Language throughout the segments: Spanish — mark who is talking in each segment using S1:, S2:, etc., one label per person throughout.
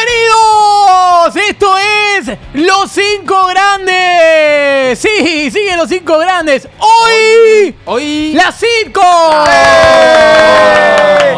S1: bienvenidos. Esto es Los Cinco Grandes. Sí, sigue Los Cinco Grandes. Hoy,
S2: Hoy
S1: las cinco.
S3: ¡Eh!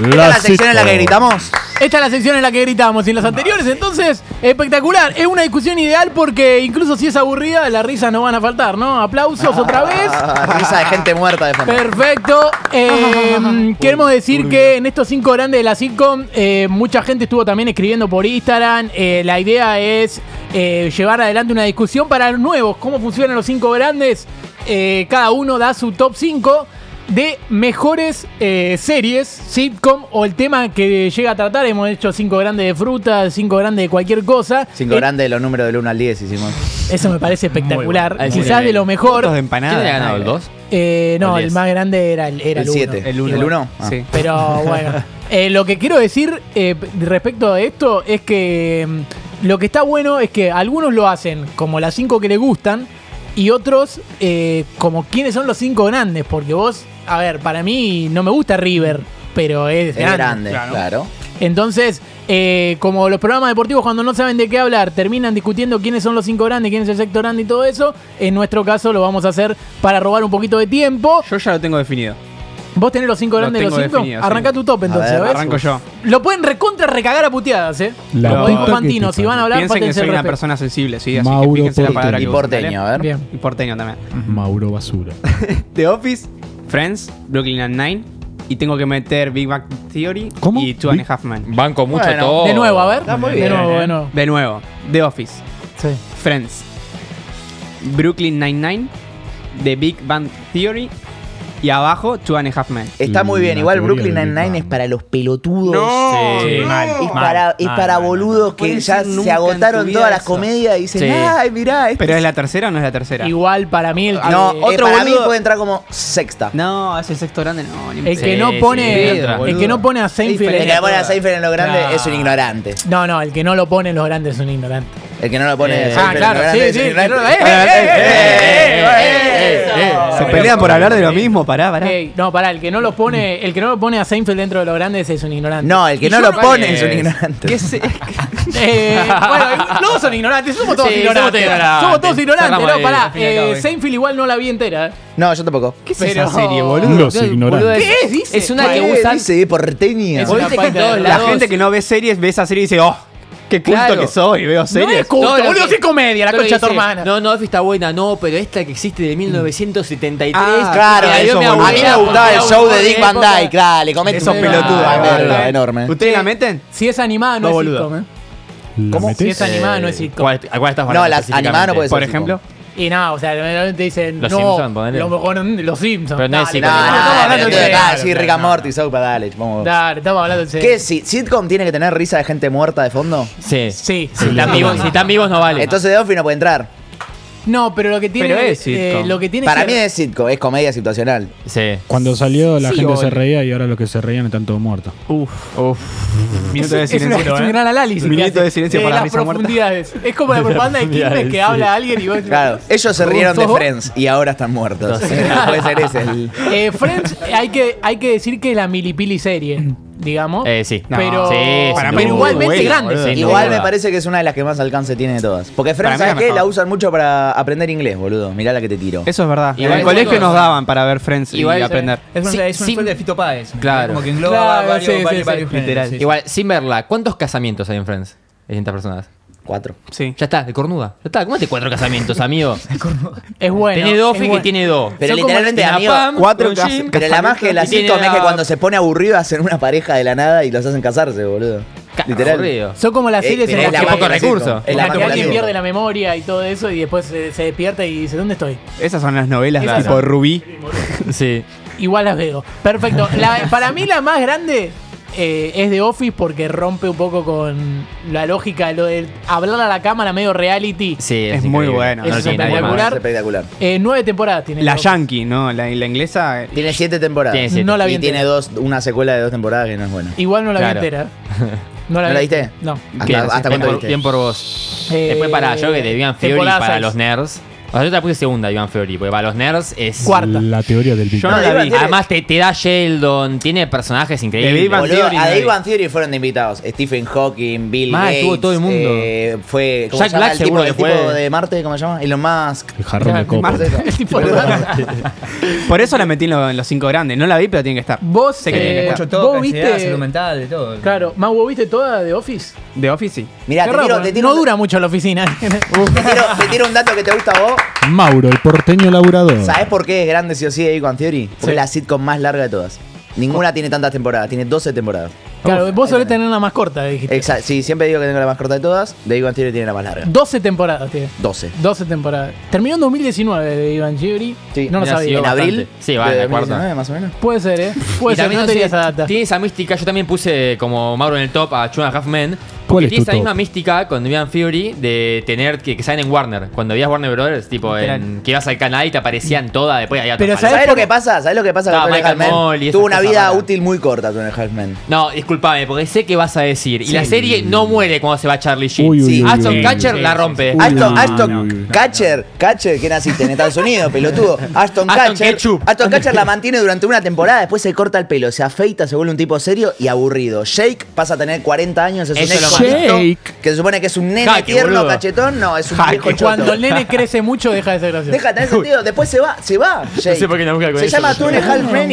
S4: ¿Esta es la sección en la que gritamos?
S1: Esta es la sección en la que gritamos y en las anteriores, entonces, espectacular. Es una discusión ideal porque incluso si es aburrida, las risas no van a faltar, ¿no? Aplausos otra vez.
S4: Ah, risa de gente muerta de fondo.
S1: Perfecto. Eh, queremos decir que en estos cinco grandes de la sitcom, eh, mucha gente estuvo también escribiendo por Instagram. Eh, la idea es eh, llevar adelante una discusión para los nuevos, cómo funcionan los cinco grandes. Eh, cada uno da su top 5 de mejores eh, series, sitcom o el tema que llega a tratar. Hemos hecho cinco grandes de fruta, cinco grandes de cualquier cosa.
S4: Cinco
S1: Eh,
S4: grandes de los números del 1 al 10 hicimos.
S1: Eso me parece espectacular.
S2: bueno.
S1: Quizás de lo
S5: Fotos de
S1: mejor.
S2: ¿Quién
S5: empanada.
S2: había ganado el 2?
S1: Eh, no,
S2: Al
S1: el
S2: diez.
S1: más grande era el, era
S4: El
S1: uno.
S4: 7.
S5: El uno.
S4: ¿El Ah. 1?
S5: Sí.
S1: Pero bueno, eh, lo que quiero decir eh, p- respecto a esto es que mm, lo que está bueno es que algunos lo hacen como las cinco que le gustan y otros eh, como quiénes son los cinco grandes, porque vos, a ver, para mí no me gusta River, pero es
S4: Es grande,
S5: Claro.
S4: claro.
S1: entonces, eh, como los programas deportivos cuando no saben de qué hablar, terminan discutiendo quiénes son los cinco grandes, quién es el sector grande y todo eso, en nuestro caso lo vamos a hacer para robar un poquito de tiempo.
S5: Yo ya lo tengo definido.
S1: Vos tenés los cinco
S5: Lo
S1: grandes de los
S5: tengo
S1: cinco.
S5: definido, sí.
S1: Arranca tu top entonces,
S4: ver,
S1: ¿ves?
S5: Arranco yo.
S1: Lo pueden recontra recagar a puteadas, ¿eh?
S6: La
S1: Como dijo
S5: puta
S1: Fantino,
S6: que te
S1: si van a hablar,
S5: Piensen que
S1: fátense
S5: soy
S1: el
S5: una
S1: respeto.
S5: persona sensible, sí, así que
S6: Mauro
S5: fíjense la
S6: Porteño.
S5: palabra
S4: Y
S5: que uso, ¿vale?
S4: porteño, a ver.
S1: Bien.
S5: Y porteño también.
S6: Mauro Basura.
S5: The Office, Friends, Brooklyn Nine-Nine. Y tengo que meter Big Bang Theory
S6: ¿Cómo?
S5: y Two and a Half Men.
S2: Banco mucho
S4: Bueno,
S2: todo.
S1: De nuevo, a ver.
S4: Está muy
S1: de
S4: bien,
S1: nuevo,
S5: ¿eh?
S1: de nuevo.
S5: De nuevo, The Office, Friends, Brooklyn Nine-Nine, The Big Bang Theory y abajo Two and a Half Men.
S4: Está muy
S6: La
S4: bien. Igual
S6: teoría
S4: Brooklyn
S6: del Big
S4: Nine-Nine es
S6: Bang.
S4: para los pelotudos.
S5: Sí, mal,
S4: Es
S5: mal,
S4: para, es
S5: mal,
S4: para
S5: mal, mal.
S4: boludos que
S5: Pueden
S4: ya
S5: ser
S4: se
S5: nunca en tu
S4: agotaron
S5: vida
S4: todas las
S5: eso.
S4: comedias y dicen,
S2: Sí.
S4: ay, mirá, este
S5: ¿Pero es la tercera o no es la tercera?
S1: Igual para mí el que,
S4: No,
S1: eh,
S4: eh,
S5: otro
S4: para mí
S5: boludo-
S4: puede entrar como sexta.
S5: No, es el sexto grande, no. ni
S1: el
S5: pedo.
S1: que
S2: Sí,
S1: no
S2: sí,
S1: pone
S2: sí, entra.
S1: el que no pone a Seinfeld
S4: El
S1: en
S4: que le
S1: el-
S4: pone a Seinfeld en lo grande
S1: No.
S4: es un ignorante.
S1: No, no, el que no lo pone en los grandes es un ignorante.
S4: El que no lo pone
S2: Eh,
S4: a
S2: ah,
S4: Seinfeld en
S1: claro,
S4: lo grande
S1: sí,
S4: es un
S1: sí,
S4: ignorante.
S1: claro, eh,
S2: eh, eh, eh, eh,
S5: Se
S2: eh.
S5: pelean por hablar de lo mismo, pará, pará.
S1: Ey, no, pará, el que no lo pone, el que no lo pone a Seinfeld dentro de los grandes es un ignorante.
S4: No, el que
S5: Y
S4: no
S5: yo
S4: lo
S5: no-
S4: pone es un
S2: Es-
S4: ignorante.
S5: ¿Qué se-
S1: Eh, bueno, los son ignorantes, somos todos
S2: Sí, somos
S1: ignorantes. Somos,
S2: ignorantes.
S1: todos ignorantes,
S2: Cerramos
S1: no,
S2: ahí,
S1: pará.
S2: al fin y al
S1: eh,
S2: cabo, eh.
S1: Seinfeld igual no la vi entera. eh.
S4: No, yo tampoco.
S5: ¿Qué es
S1: Pero-
S5: esa serie, boludo?
S6: Los ignorantes.
S1: ¿Qué es? Dice.
S2: Es una que
S4: Eh,
S2: usan.
S4: Dice, eh, porteña.
S1: Es
S2: Vos
S1: una
S2: viste que
S1: falta
S2: en todos
S1: de-
S5: La
S2: lados-
S5: gente que no ve series ve esa serie y dice, oh, qué culto
S2: Claro.
S5: que soy, veo
S1: No es
S5: series.
S1: culto,
S2: Todo lo
S1: boludo,
S2: que-
S1: sí es comedia, la
S2: todo lo que
S1: concha de tu
S2: dice,
S1: hermana.
S2: No, no, F está buena, no, pero esta que existe de 1973.
S5: Ah,
S4: Claro,
S2: que la dio
S4: eso,
S2: mi
S4: boludo. a mí me
S2: abuela,
S4: gustaba el
S2: mi
S4: show de
S2: abuela
S4: Dick
S2: época.
S4: Van Dyke. Dale, comete
S5: Esos
S4: un-
S5: pelotudos.
S4: Ah,
S5: boludo.
S4: boludo, enorme.
S5: ¿Ustedes la meten?
S1: Si es animada, no
S5: No,
S1: es
S5: boludo.
S1: sitcom, eh.
S6: ¿La
S4: ¿Cómo?
S6: metés?
S1: Si es animada, no es sitcom.
S2: ¿Cuál- ¿A cuál estás
S4: No,
S2: hablando
S4: las
S2: específicamente?
S4: animadas no puede ser.
S5: Por
S4: sí,
S5: ejemplo.
S1: Y nada, o sea, normalmente dicen,
S2: Los
S1: no,
S2: Simpson, ponele.
S1: los, con- los Simpsons.
S2: Pero no es
S1: Dale,
S2: sitcom.
S4: No,
S1: dale,
S2: Estamos
S1: estamos
S4: no, no,
S1: hablando
S4: no,
S1: en serio.
S4: ah, sí, Rick and Morty, Soupa, dale, vamos.
S1: Dale, estamos hablando en serio.
S4: ¿Qué si- sitcom tiene que tener risa de gente muerta de fondo?
S2: Sí.
S1: Sí,
S2: Si
S1: sí,
S2: están
S1: también.
S2: vivos, si están vivos no vale.
S4: Entonces Duffy no puede entrar.
S1: No, pero lo que tiene.
S2: Pero es
S1: eh,
S2: sitcom.
S1: lo que tiene
S4: Para
S1: que-
S4: mí es sitcom, es comedia situacional.
S2: sí.
S6: Cuando salió la
S1: Sí,
S6: gente
S1: boludo.
S6: se reía y ahora los que se reían están todos muertos.
S5: Uf, uf. Minuto de
S1: Es, una-
S5: silencio,
S1: es un
S5: ¿eh?
S1: gran análisis. que
S5: Minuto
S1: hace.
S5: de silencio para la
S1: las
S5: risa muerta.
S1: profundidades. Es como la propaganda de Quilmes que habla a alguien y vos.
S4: Claro, ellos se
S1: ¿Vos
S4: rieron de
S1: sos vos?
S4: Friends y ahora están muertos. puede ser ese el...
S1: Eh, Friends, hay que, hay que decir que es la milipili serie, digamos.
S2: Eh, sí. No.
S1: Pero,
S2: Sí, sin
S1: pero
S5: duda.
S1: igualmente
S5: Bueno,
S1: grande.
S2: boludo.
S1: sí.
S2: Sin
S4: Igual
S2: duda.
S4: me parece que es una de las que más alcance tiene de todas. Porque
S5: Para
S4: Friends,
S5: mí la
S4: ¿sabes qué?
S5: mejor.
S4: La usan mucho para aprender inglés, boludo. Mirá la que te tiro.
S5: Eso es verdad.
S2: Igual-
S5: en el colegio
S2: Igual-
S5: nos daban para ver Friends y
S2: Igual-
S5: aprender.
S3: Es una,
S2: Sí,
S3: es una
S2: sí.
S3: escuela de Fito Páez.
S2: Claro.
S3: Como que engloba
S1: Claro,
S3: varios,
S1: sí, sí,
S3: varios,
S1: sí.
S3: varios géneros,
S5: Literal.
S3: sí, sí.
S2: Igual, sin verla, ¿cuántos casamientos hay en Friends? De distintas personas.
S4: Cuatro.
S5: Sí.
S2: Ya está, de cornuda. Ya está, ¿cómo te cuatro casamientos, amigo?
S1: Es bueno.
S2: tiene
S1: es
S2: dos y que
S1: bueno.
S2: tiene dos.
S4: Pero
S2: Son como
S4: literalmente,
S2: Tina
S4: amigo,
S2: Pam,
S5: cuatro
S2: con
S5: cas-
S2: Jim,
S4: Pero la magia de la
S2: y tiene
S4: sitcom es que
S2: a-
S4: cuando se pone aburrido hacen una pareja de la nada y los hacen casarse, boludo.
S2: Ca-
S4: Literal.
S2: aburrido.
S1: Son como las
S4: Eh,
S1: series
S4: pero
S1: en las
S4: es la
S1: que,
S2: magia poco
S4: magia de la
S2: recurso.
S4: sitcom. Es
S1: en
S4: la
S1: las que
S4: magia de la
S1: alguien
S4: sitcom.
S1: pierde la memoria y todo eso y después se, se despierta y dice, ¿dónde estoy?
S5: Esas son las novelas
S1: Esas
S5: tipo
S1: son.
S5: Rubí.
S2: Sí.
S1: Igual las veo. Perfecto. La- para mí la más grande eh, es de Office porque rompe un poco con la lógica de lo de hablar a la cámara medio reality.
S2: Sí,
S5: Es muy
S2: increíble.
S5: bueno,
S2: No
S1: es
S2: tiene nadie más.
S1: espectacular.
S4: Es espectacular.
S1: Eh, nueve temporadas tiene.
S5: La
S1: The Office.
S5: yankee, ¿no? La, la inglesa. eh,
S4: Tiene siete temporadas.
S2: Tiene siete.
S1: No la vi
S4: y tiene
S1: entera.
S4: dos, una secuela de dos temporadas que no es buena.
S1: Igual no la
S2: Claro.
S1: vi entera. No la,
S4: ¿No
S1: vi.
S4: la viste?
S1: No.
S4: ¿Hasta,
S2: Bien,
S4: hasta
S2: bien
S4: cuánto
S2: por-
S4: viste?
S2: Bien por vos.
S1: Eh,
S2: Después para yo que te digan Theory
S1: temporada
S2: para
S1: seis.
S2: los nerds.
S3: O sea, yo te la puse segunda, Iván Feori, porque para los nerds es.
S1: Cuarta.
S6: La teoría del Big
S3: Yo no,
S6: Bang.
S4: No,
S3: la
S4: Iván
S3: vi.
S4: tiene-
S3: Además, te, te da Sheldon, tiene personajes
S5: De Big
S3: increíbles.
S5: Bang
S4: Boludo,
S5: Theory no
S4: a
S5: la
S4: The
S5: vi.
S4: Big Bang Theory fueron de invitados. Stephen Hawking, Bill
S3: Mal,
S4: Gates.
S3: estuvo todo el mundo.
S4: eh, fue. ¿cómo
S3: Jack
S4: se llama
S3: Black
S4: el tipo,
S3: seguro que
S4: el tipo
S3: fue.
S4: de Marte, ¿cómo se llama? Elon Musk.
S6: El jarrón
S3: Mira,
S6: de copo.
S5: Marte.
S4: Boludo.
S1: El tipo de
S5: Por eso la metí en, lo- en los cinco grandes. No la vi, pero tiene que estar.
S1: Vos,
S5: Sé que
S1: eh,
S5: tiene que estar.
S1: ¿vos
S7: Mucho todo,
S1: viste-
S7: viste... salud mental, de todo.
S1: Claro, Mau, ¿vos viste toda de Office?
S5: The Office sí.
S4: Mirá,
S1: Qué
S4: te
S1: raro,
S4: tiro,
S1: porque
S4: te tiro
S1: no
S4: un-
S1: dura mucho la oficina.
S4: Te tiro, te tiro un dato que te gusta a vos.
S6: Mauro, el porteño laburador.
S4: ¿Sabés por qué es grande sí o sí de Big Bang Theory? Porque
S1: Sí.
S4: es la sitcom más larga de todas. Ninguna tiene tantas temporadas, tiene 12 temporadas.
S1: claro, vos solés tener la más corta, dijiste.
S4: Exacto. Sí, siempre digo que tengo la más corta de todas. De Big Bang Theory tiene la más larga.
S1: 12 temporadas, tío.
S4: 12.
S1: 12 temporadas. Terminó en 2019 de Iván Gibri.
S4: Sí.
S1: No lo
S3: Mirá, sí,
S1: sabía.
S3: yo-
S4: ¿En abril?
S3: Sí, va,
S4: de
S3: la cuarta.
S4: 2019, más o menos.
S1: Puede ser, ¿eh?
S3: Y
S1: Puede ser,
S3: también
S1: no
S3: sé,
S1: tenía esa data.
S3: Tiene esa mística, yo también puse como Mauro en el top a Chuan Half Men.
S6: ¿Cuál
S3: Porque
S6: es
S3: tiene
S6: tu
S3: esa misma
S6: top?
S3: mística con Iván Fury de tener que, que salen en Warner. Cuando veías Warner Brothers, tipo en, que ibas al canal y te aparecían todas, después había
S1: Pero
S3: otras
S1: ¿sabés
S4: ¿Sabés
S1: por
S4: lo
S1: qué?
S4: que pasa? ¿Sabés lo que pasa
S3: Estaba
S4: con Tony
S3: Michael Moll y
S4: Halfman?
S3: esas
S4: Tuvo una
S3: cosas
S4: vida
S3: raras.
S4: útil muy corta Tony Halfman.
S3: No, disculpame, porque sé que vas a decir. Y la serie no muere cuando se va Charlie Sheen.
S6: Uy, uy,
S4: Sí.
S6: uy,
S3: Ashton
S6: uy.
S3: Kutcher la rompe.
S6: Uy,
S4: Ashton,
S6: no,
S4: Ashton
S6: no, no.
S4: Catcher, Catcher, que naciste en Estados Unidos, pelotudo. Ashton
S3: Ashton
S4: Catcher.
S3: Ketchup.
S4: Ashton Catcher la mantiene durante una temporada, después se corta el pelo, se afeita, se vuelve un tipo serio y aburrido. Jake pasa a tener 40 años, es
S3: Eso
S4: un
S3: lo
S4: ex convicto,
S6: Jake.
S4: que se supone que es un nene
S3: Jaque,
S4: tierno,
S3: boludo.
S4: cachetón, no, es un
S3: Jaque.
S4: viejo choto.
S1: Cuando el nene crece mucho, deja de ser gracioso.
S4: Deja de tener sentido, después se va, se va. Jake.
S3: sé por qué no busca con
S4: se
S3: eso.
S4: llama Tony Halfman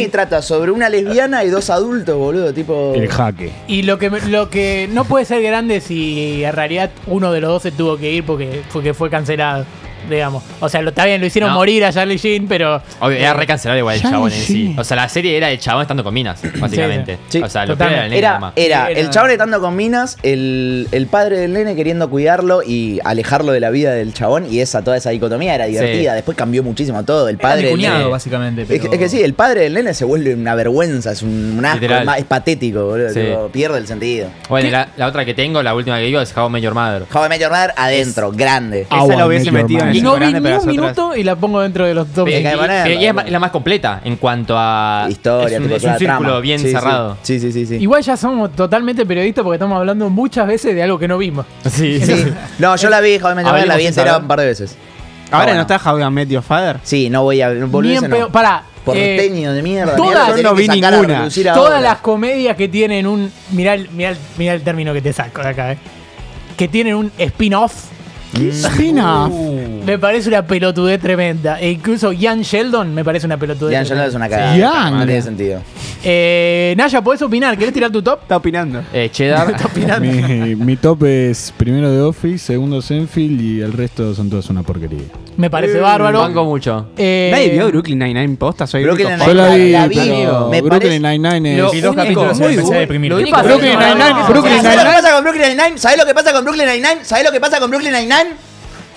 S4: y trata sobre una lesbiana y dos adultos, boludo, tipo.
S6: El jaque.
S1: Y lo que, me- lo que no puede ser grande si en realidad uno de los dos se tuvo que ir porque, porque fue cancelado, digamos. O sea, lo, está bien, lo hicieron
S3: No.
S1: morir a Charlie Sheen, pero...
S3: Obvio, era recancelable igual el
S6: Charlie
S3: chabón en sí.
S6: Sheen.
S3: O sea, la serie era el chabón estando con minas, básicamente.
S4: Sí, sí.
S3: O sea, lo peor
S1: Totalmente.
S3: era el nene nada
S4: Era,
S3: más.
S4: era
S7: Era-
S4: el chabón estando con minas, el, el padre del nene queriendo cuidarlo y alejarlo de la vida del chabón. Y esa toda esa dicotomía era divertida. Después cambió muchísimo todo. El padre
S7: Padre.
S4: del
S3: Eh,
S7: cuñado,
S4: nene-
S7: básicamente.
S4: Es, que,
S7: pero-
S4: es que sí, el padre del nene se vuelve una vergüenza, es un, un asco,
S3: Literal.
S4: es ma- es patético, boludo.
S3: Sí.
S4: tipo, pierde el sentido.
S3: Bueno, la, la otra que tengo, la última que digo, es How I Met Your Mother.
S4: How I Met Your Mother adentro, grande.
S5: Esa
S6: Ah,
S5: la
S6: bueno,
S5: hubiese
S6: Meteor
S5: metido
S6: Man.
S5: en el
S1: Y
S6: Eso
S1: no
S5: cinco
S1: vi
S5: grande,
S1: ni
S5: pero
S1: un
S5: las otras-
S1: minuto y la pongo dentro de los top
S3: Pero-
S4: Bien,
S1: cinco.
S4: cae
S3: Eh, y-
S4: manera,
S3: pero y es
S4: bueno.
S3: ma- la más completa en cuanto a
S4: Historia,
S3: es un,
S4: tipo,
S3: es un
S4: toda la
S3: círculo
S4: trama.
S3: bien
S4: Sí, sí.
S3: cerrado.
S4: Sí, sí, sí. sí.
S1: Igual ya somos totalmente periodistas porque estamos hablando muchas veces de algo que no vimos.
S3: Sí,
S4: Sí. No, yo la vi, How I Met Your Mother, la vi
S3: Abrimos sin
S4: entera
S3: saber.
S4: un par de veces.
S5: Ahora
S4: bueno.
S5: no está How I Met Your Father.
S4: Sí, no voy a.
S1: Ni
S4: boludeces
S1: en
S4: no.
S1: pedo- Pará. eh,
S4: Porteño de mierda.
S1: todas-
S4: mierda, tenés
S5: yo no
S4: que
S5: vi
S4: sacar a
S5: ninguna.
S4: reducir ahora.
S1: Todas las comedias que tienen un. Mirá el, mirá el- mirá el término que te saco de acá, eh. Que tienen un spin-off. Mm.
S6: Espina.
S4: Uh.
S1: Me parece una pelotudez tremenda. E incluso Ian Sheldon me parece una pelotudez.
S4: Ian Sheldon
S1: tremenda.
S4: es una cagada.
S6: Ian.
S4: No tiene sentido.
S1: Eh, Naya, ¿podés opinar? ¿Querés tirar tu top?
S5: Está opinando.
S3: Eh, Cheddar.
S6: Mi, mi top es primero de Office, segundo Senfield y el resto son todas una porquería.
S1: Me
S4: Uh,
S1: parece bárbaro.
S3: Banco mucho.
S1: Eh,
S5: Nadie vio Brooklyn Nine-Nine posta, soy
S4: Brooklyn
S5: el único
S6: Yo la vi,
S4: La vi,
S6: pero
S4: me
S6: Brooklyn
S4: parece-
S6: Nine-Nine
S3: Lo
S6: es...
S7: Vi dos
S3: único-
S7: capítulos y
S3: muy
S7: me empecé a
S3: bueno.
S7: deprimir.
S3: Lo
S7: ¿Qué
S3: único
S1: pasa?
S3: bueno-
S6: Brooklyn
S1: No,
S6: Nine-Nine,
S1: no, no.
S6: Brooklyn
S4: ¿Sabés lo que
S6: Nine-Nine.
S4: pasa con Brooklyn Nine-Nine? ¿Sabés lo que pasa con Brooklyn Nine-Nine? ¿Sabés lo que pasa con Brooklyn Nine-Nine?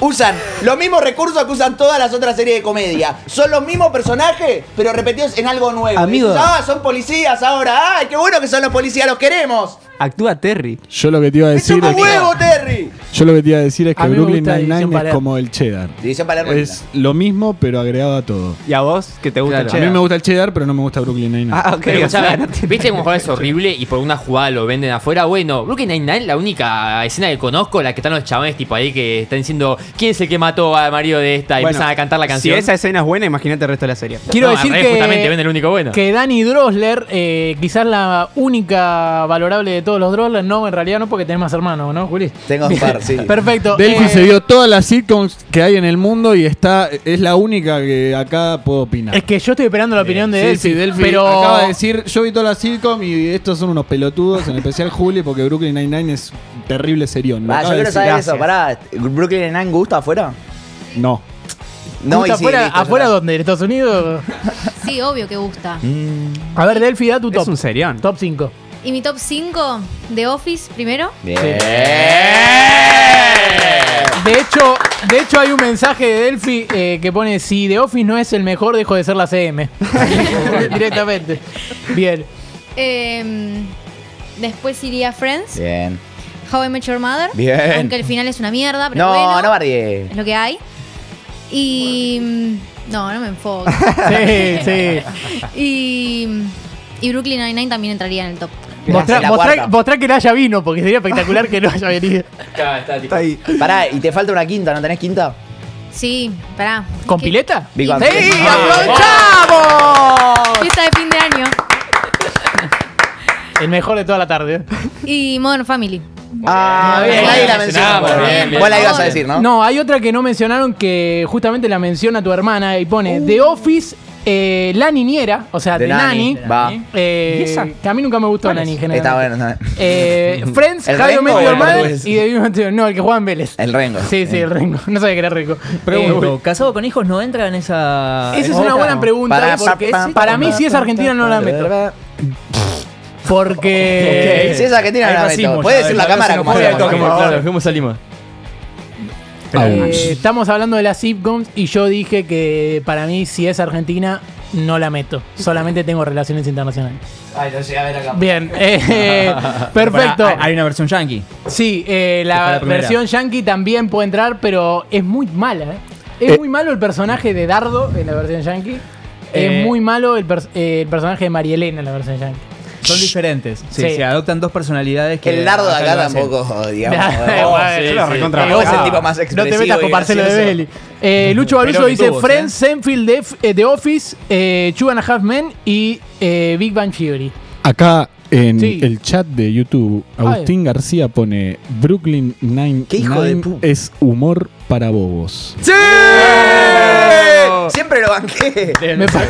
S4: Usan los mismos recursos que usan todas las otras series de comedia. Son los mismos personajes, pero repetidos en algo nuevo.
S5: Amigo.
S4: Decís, Ah, son policías ahora. ¡Ay, qué bueno que son los policías! ¡Los queremos!
S5: Actúa Terry.
S6: Yo lo que te iba a
S4: ¡Me
S6: decir
S4: chupa
S6: es que,
S4: huevo, Terry!
S6: yo lo que te iba a decir es
S1: A
S6: que
S1: mí me
S6: Brooklyn
S1: gusta División
S6: Nine-Nine es
S1: Palermo.
S6: como el cheddar.
S4: División Palermo.
S6: Es lo mismo pero agregado a todo.
S5: Y a vos, que te gusta
S3: Claro.
S5: el
S6: A mí
S5: cheddar.
S6: me gusta el cheddar, pero no me gusta Brooklyn Nine-Nine.
S5: Ah, ok.
S3: Pero,
S5: o sea,
S3: escuchame, ¿Viste cómo es horrible y por una jugada lo venden afuera? Bueno, Brooklyn Nine-Nine, la única escena que conozco, la que están los chabones tipo ahí que están diciendo quién es el que mató al marido de esta y
S5: bueno,
S3: empiezan a cantar la canción.
S5: Si esa escena es buena, imagínate el resto de la serie.
S1: Quiero
S3: No,
S1: decir que.
S3: al revés, justamente venden el único bueno.
S1: Que Danny Drosler, eh, quizás la única valorable de todos los Drosler, no, en realidad no, porque tenés más hermanos, ¿no, Juli?
S4: Tengo un par, sí.
S1: Perfecto.
S6: Delphi
S1: eh,
S6: se vio todas las sitcoms que hay en el mundo y está es la única que acá puedo opinar.
S1: Es que yo estoy esperando la opinión de
S6: Sí,
S1: Delphi,
S6: sí, Delphi
S1: pero
S6: acaba de decir, yo vi todas las sitcoms y estos son unos pelotudos, en especial Juli, porque Brooklyn Nine-Nine es un terrible serión. Lo
S4: Ah, yo
S6: acaba de
S4: quiero
S6: decir.
S4: saber eso.
S5: gracias.
S4: Pará, ¿Brooklyn Nine-Nine gusta afuera?
S6: No.
S1: justo
S4: y sí,
S1: afuera,
S4: listo, ya
S1: afuera
S4: está.
S1: dónde, en Estados Unidos.
S8: Sí, obvio que gusta.
S4: Mm.
S1: A ver, Delphi, da tu
S5: Es
S1: top.
S5: un serión.
S1: Top 5.
S8: Y mi top 5 de Office primero.
S6: Eh.
S1: De hecho, de hecho hay un mensaje de Delphi eh, que pone si The Office no es el mejor, dejo de ser la CM. Directamente. Bien.
S8: Em, después iría Friends.
S4: Bien.
S8: How I Met Your Mother.
S4: Bien.
S8: Aunque el final es una mierda, pero
S4: No,
S8: bueno.
S4: no bardié.
S8: es lo que hay. Y. mm, No, no me enfoco.
S1: Sí, sí.
S8: y. Y Brooklyn Nine-Nine también entraría en el top.
S1: Mostrá,
S4: La
S1: mostrá-
S4: cuarta.
S1: mostrá que Naya vino, porque sería espectacular que no haya venido.
S3: Está, está, tipo,
S5: Está ahí.
S4: Pará, y te falta una quinta, ¿no tenés quinta?
S8: Sí, pará.
S1: ¿Con
S8: ¿Qué-
S1: pileta?
S4: Big Bang
S1: ¡Sí!
S4: Theory.
S1: ¡Aprovechamos!
S8: Fiesta de fin de año.
S1: El mejor de toda la tarde.
S8: Y Modern Family.
S4: Ah, bien, nadie la mencionó.
S3: Mencionamos, bien, bien.
S4: Vos la ibas a decir, ¿no?
S1: No, hay otra que no mencionaron que justamente la menciona tu hermana y pone The Office, eh, La Niñera, o sea,
S4: Uh. De
S1: The, Nanny.
S4: Nanny, va.
S1: Eh, Que a mí nunca me gustó La Nanny en general.
S4: Está bueno, está bien.
S1: Eh, Friends,
S4: ¿El
S1: Javier
S4: Rengo
S1: Met
S4: o
S1: Your
S4: el
S1: Mother
S4: Cordobés?
S1: y The Big Bang Theory. No, el que juega en Vélez.
S4: El Rengo. eh.
S1: Sí, sí, el Rengo. No sabía que era Rengo. Eh,
S5: Pregunto, ¿casado con hijos no entra en esa.?
S1: esa es
S5: en
S1: una
S5: esa
S1: buena
S5: o-
S1: pregunta. eh,
S4: Para-
S1: porque
S4: pa- pa-
S1: para mí, si es Argentina, no la meto. Porque.
S4: Eh, Si es Argentina,
S5: Hay
S4: no la meto.
S5: racismo,
S4: Puede
S5: ya,
S4: decir la
S5: ya, ya
S4: cámara
S5: se
S4: como
S5: nos fue
S4: sea,
S5: al toque,
S4: por favor.
S5: claro.
S3: ¿Cómo salimos?
S1: Eh, estamos hablando de las sitcoms y yo dije que para mí, si es Argentina, no la meto. Solamente tengo relaciones internacionales.
S3: Ay, no llegué Ah, a ver acá.
S1: Bien, eh, perfecto.
S5: Pará, hay hay una versión yankee.
S1: Sí, eh,
S5: Esta fue
S1: la,
S5: la primera.
S1: versión yankee también puede entrar, pero es muy mala. ¿eh? Es muy malo el personaje de Dardo en la versión yankee.
S5: Eh,
S1: es muy malo el, pers- eh, el personaje de Marielena en la versión yankee.
S5: Son diferentes. Sí,
S1: Sí.
S5: se adoptan dos personalidades que.
S4: El lardo de acá
S5: lo hacen. Ah,
S4: tampoco, digamos.
S1: Bueno,
S3: sí,
S1: sí,
S3: lo
S1: sí.
S3: recontra
S1: Eh,
S4: Vos
S1: vos-
S4: es el tipo más
S1: No te
S4: expresivo
S1: metas con
S4: y
S1: Marcelo de
S4: gracioso.
S1: Belli. Eh, Lucho Baruso
S5: Pero que
S1: dice
S5: tuvo,
S1: Friends, Seinfeld, The, F- eh, The Office, eh, Two and a Half Men y eh, Big Bang Theory.
S6: Acá en
S1: Sí.
S6: el chat de YouTube, Agustín García pone Brooklyn Nine
S4: Qué hijo de pu-
S6: es humor para bobos.
S4: ¡Sí! ¡Eh! Siempre lo banqué.
S1: Eh, Me, pa-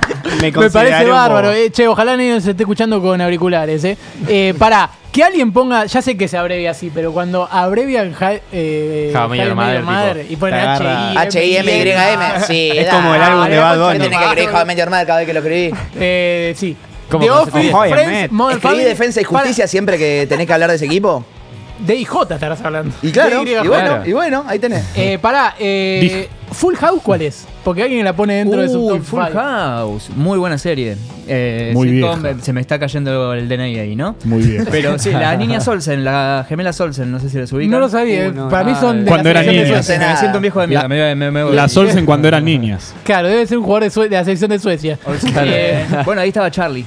S1: me parece bárbaro. eh. Che, ojalá nadie nos esté escuchando con auriculares. Eh. Eh, pará, que alguien ponga, ya sé que se abrevia así, pero cuando abrevian ja, eh,
S3: How I Met
S1: How I
S3: Your
S1: Met Your
S3: Mother,
S1: Mother y ponen
S5: te agarra.
S4: H-I-M-Y-M. Sí, Ah,
S5: Es como el álbum de Bad Bunny.
S4: Tiene que escribir Javier Medio cada vez que lo escribí.
S1: Eh, sí.
S3: ¿Cómo
S1: The
S3: con-
S1: Office,
S3: con How I
S1: Friends,
S3: Met?
S1: Modern
S4: Escribí
S1: Family.
S4: defensa y justicia siempre que tenés que hablar de ese equipo.
S1: Para- de IJ estarás hablando.
S4: Y claro,
S1: De
S4: y bueno, y bueno, ahí tenés.
S1: Eh, pará, eh, Full House, ¿cuál es? Porque alguien la pone dentro de su
S5: Uy,
S1: top
S5: Full
S1: five.
S5: House. Muy buena serie. Eh,
S6: Muy
S5: sitcom,
S6: vieja.
S5: Se me está cayendo el DNI ahí, ¿no?
S6: Muy bien.
S5: Pero sí, la niña Solsen, la gemela Solsen, no sé si las ubican.
S1: No lo sabía, eh.
S9: Uh, no,
S1: para mí
S5: ah,
S1: son de
S6: Cuando
S1: la
S6: eran
S1: selección de
S6: niñas.
S1: Suecia.
S4: No sé nada.
S5: Me siento un viejo de mierda. me- me- me voy.
S6: Las Olsen cuando eran niñas.
S1: Claro, debe ser un jugador de, Sue- de la selección de Suecia.
S4: Oh,
S5: Eh, bueno, ahí estaba Charlie.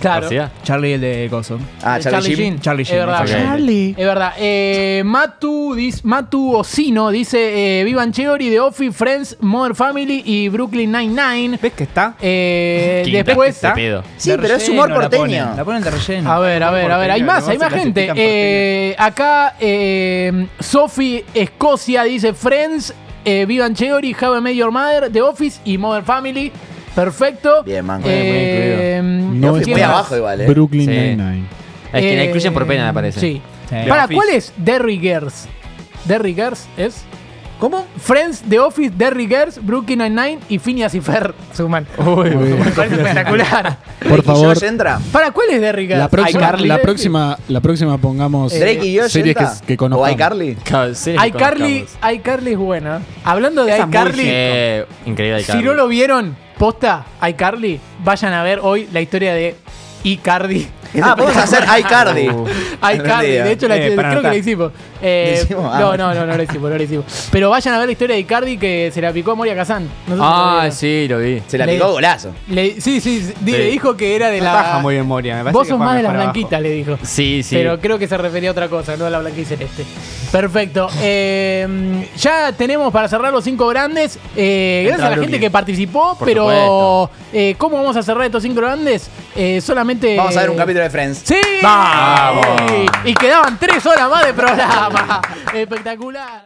S1: Claro.
S3: García.
S5: Charlie el de Coso.
S4: Ah,
S1: El
S4: Charlie Sheen.
S1: Sheen.
S5: Charlie
S1: es
S5: Sheen,
S1: verdad.
S3: ok.
S1: Charlie. Es verdad. Eh, Matu, dis- Matu Osino dice: eh, Vivan Cheori, The Office, Friends, Modern Family y Brooklyn Nine-Nine.
S9: ¿Ves que está?
S1: Eh,
S3: Quinta,
S1: después.
S3: te pedo.
S4: Sí,
S5: De
S4: pero es
S5: relleno
S4: humor
S5: la ponen,
S4: porteño.
S5: La ponen de relleno.
S1: A ver, a ver, a ver, hay más, hay más gente. Eh, acá, eh, Sophie Escocia dice Friends, eh, Vivan Cheori, Have a Major Mother, The Office y Modern Family. Perfecto.
S4: Bien, man.
S1: Eh, ¿quién
S6: No
S4: Muy
S6: está-
S1: más?
S4: abajo igual, eh.
S6: Brooklyn
S3: Sí.
S6: Nine-Nine.
S3: Es que la
S1: Eh,
S3: incluyen por pena, me parece.
S1: Sí.
S5: Sí.
S1: Para,
S3: The
S1: ¿cuál es Derry Girls? Derry Girls es. ¿Cómo? Friends, The Office, Derry Girls, Brooklyn Nine-Nine y Phineas y Fer. Suman. Me parece espectacular.
S6: Eh, Por favor,
S4: George entra.
S1: ¿Para cuál es Derry Girls?
S6: la próxima,
S1: iCarly.
S6: la próxima, la próxima pongamos
S4: Drake y George
S6: series que,
S4: entra.
S6: que
S4: O
S6: conozcamos.
S4: iCarly.
S3: Claro, series que
S1: iCarly,
S3: conozcamos.
S1: iCarly es buena. Hablando de iCarly,
S3: Eh, increíble iCarly.
S1: si no lo vieron, posta, iCarly, vayan a ver hoy la historia de iCarly.
S4: Ah, podemos hacer iCarly.
S1: iCarly, de hecho, la,
S5: Eh, para
S1: creo que
S5: anotar.
S1: la hicimos. Eh,
S4: ¿La hicimos? Ah,
S1: no,
S4: bueno.
S1: no, no, no la hicimos, no la hicimos. Pero vayan a ver la historia de iCarly que se la picó a Moria Kazan. No sé si lo
S3: Ah,
S1: vieron.
S3: sí, lo vi.
S4: Se la
S1: Le-
S4: picó golazo.
S1: Le- sí, sí, sí, di-
S3: Sí.
S1: le dijo que era de
S9: No
S1: la.
S9: baja muy bien Moria. Me parece
S1: Vos
S9: que
S1: sos
S9: juega
S1: más de las
S9: mejor abajo.
S1: blanquitas, le dijo.
S3: Sí, sí.
S1: Pero creo que se refería a otra cosa, no a la blanca y celeste. Perfecto. Eh, ya tenemos para cerrar los cinco grandes. Eh, gracias a la gente que participó,
S3: Por
S1: pero
S3: supuesto.
S1: eh, ¿cómo vamos a cerrar estos cinco grandes? Eh, solamente.
S4: Vamos a ver un capítulo de Friends.
S1: ¡Sí!
S3: ¡Vamos!
S1: Y quedaban tres horas más de programa. Espectacular.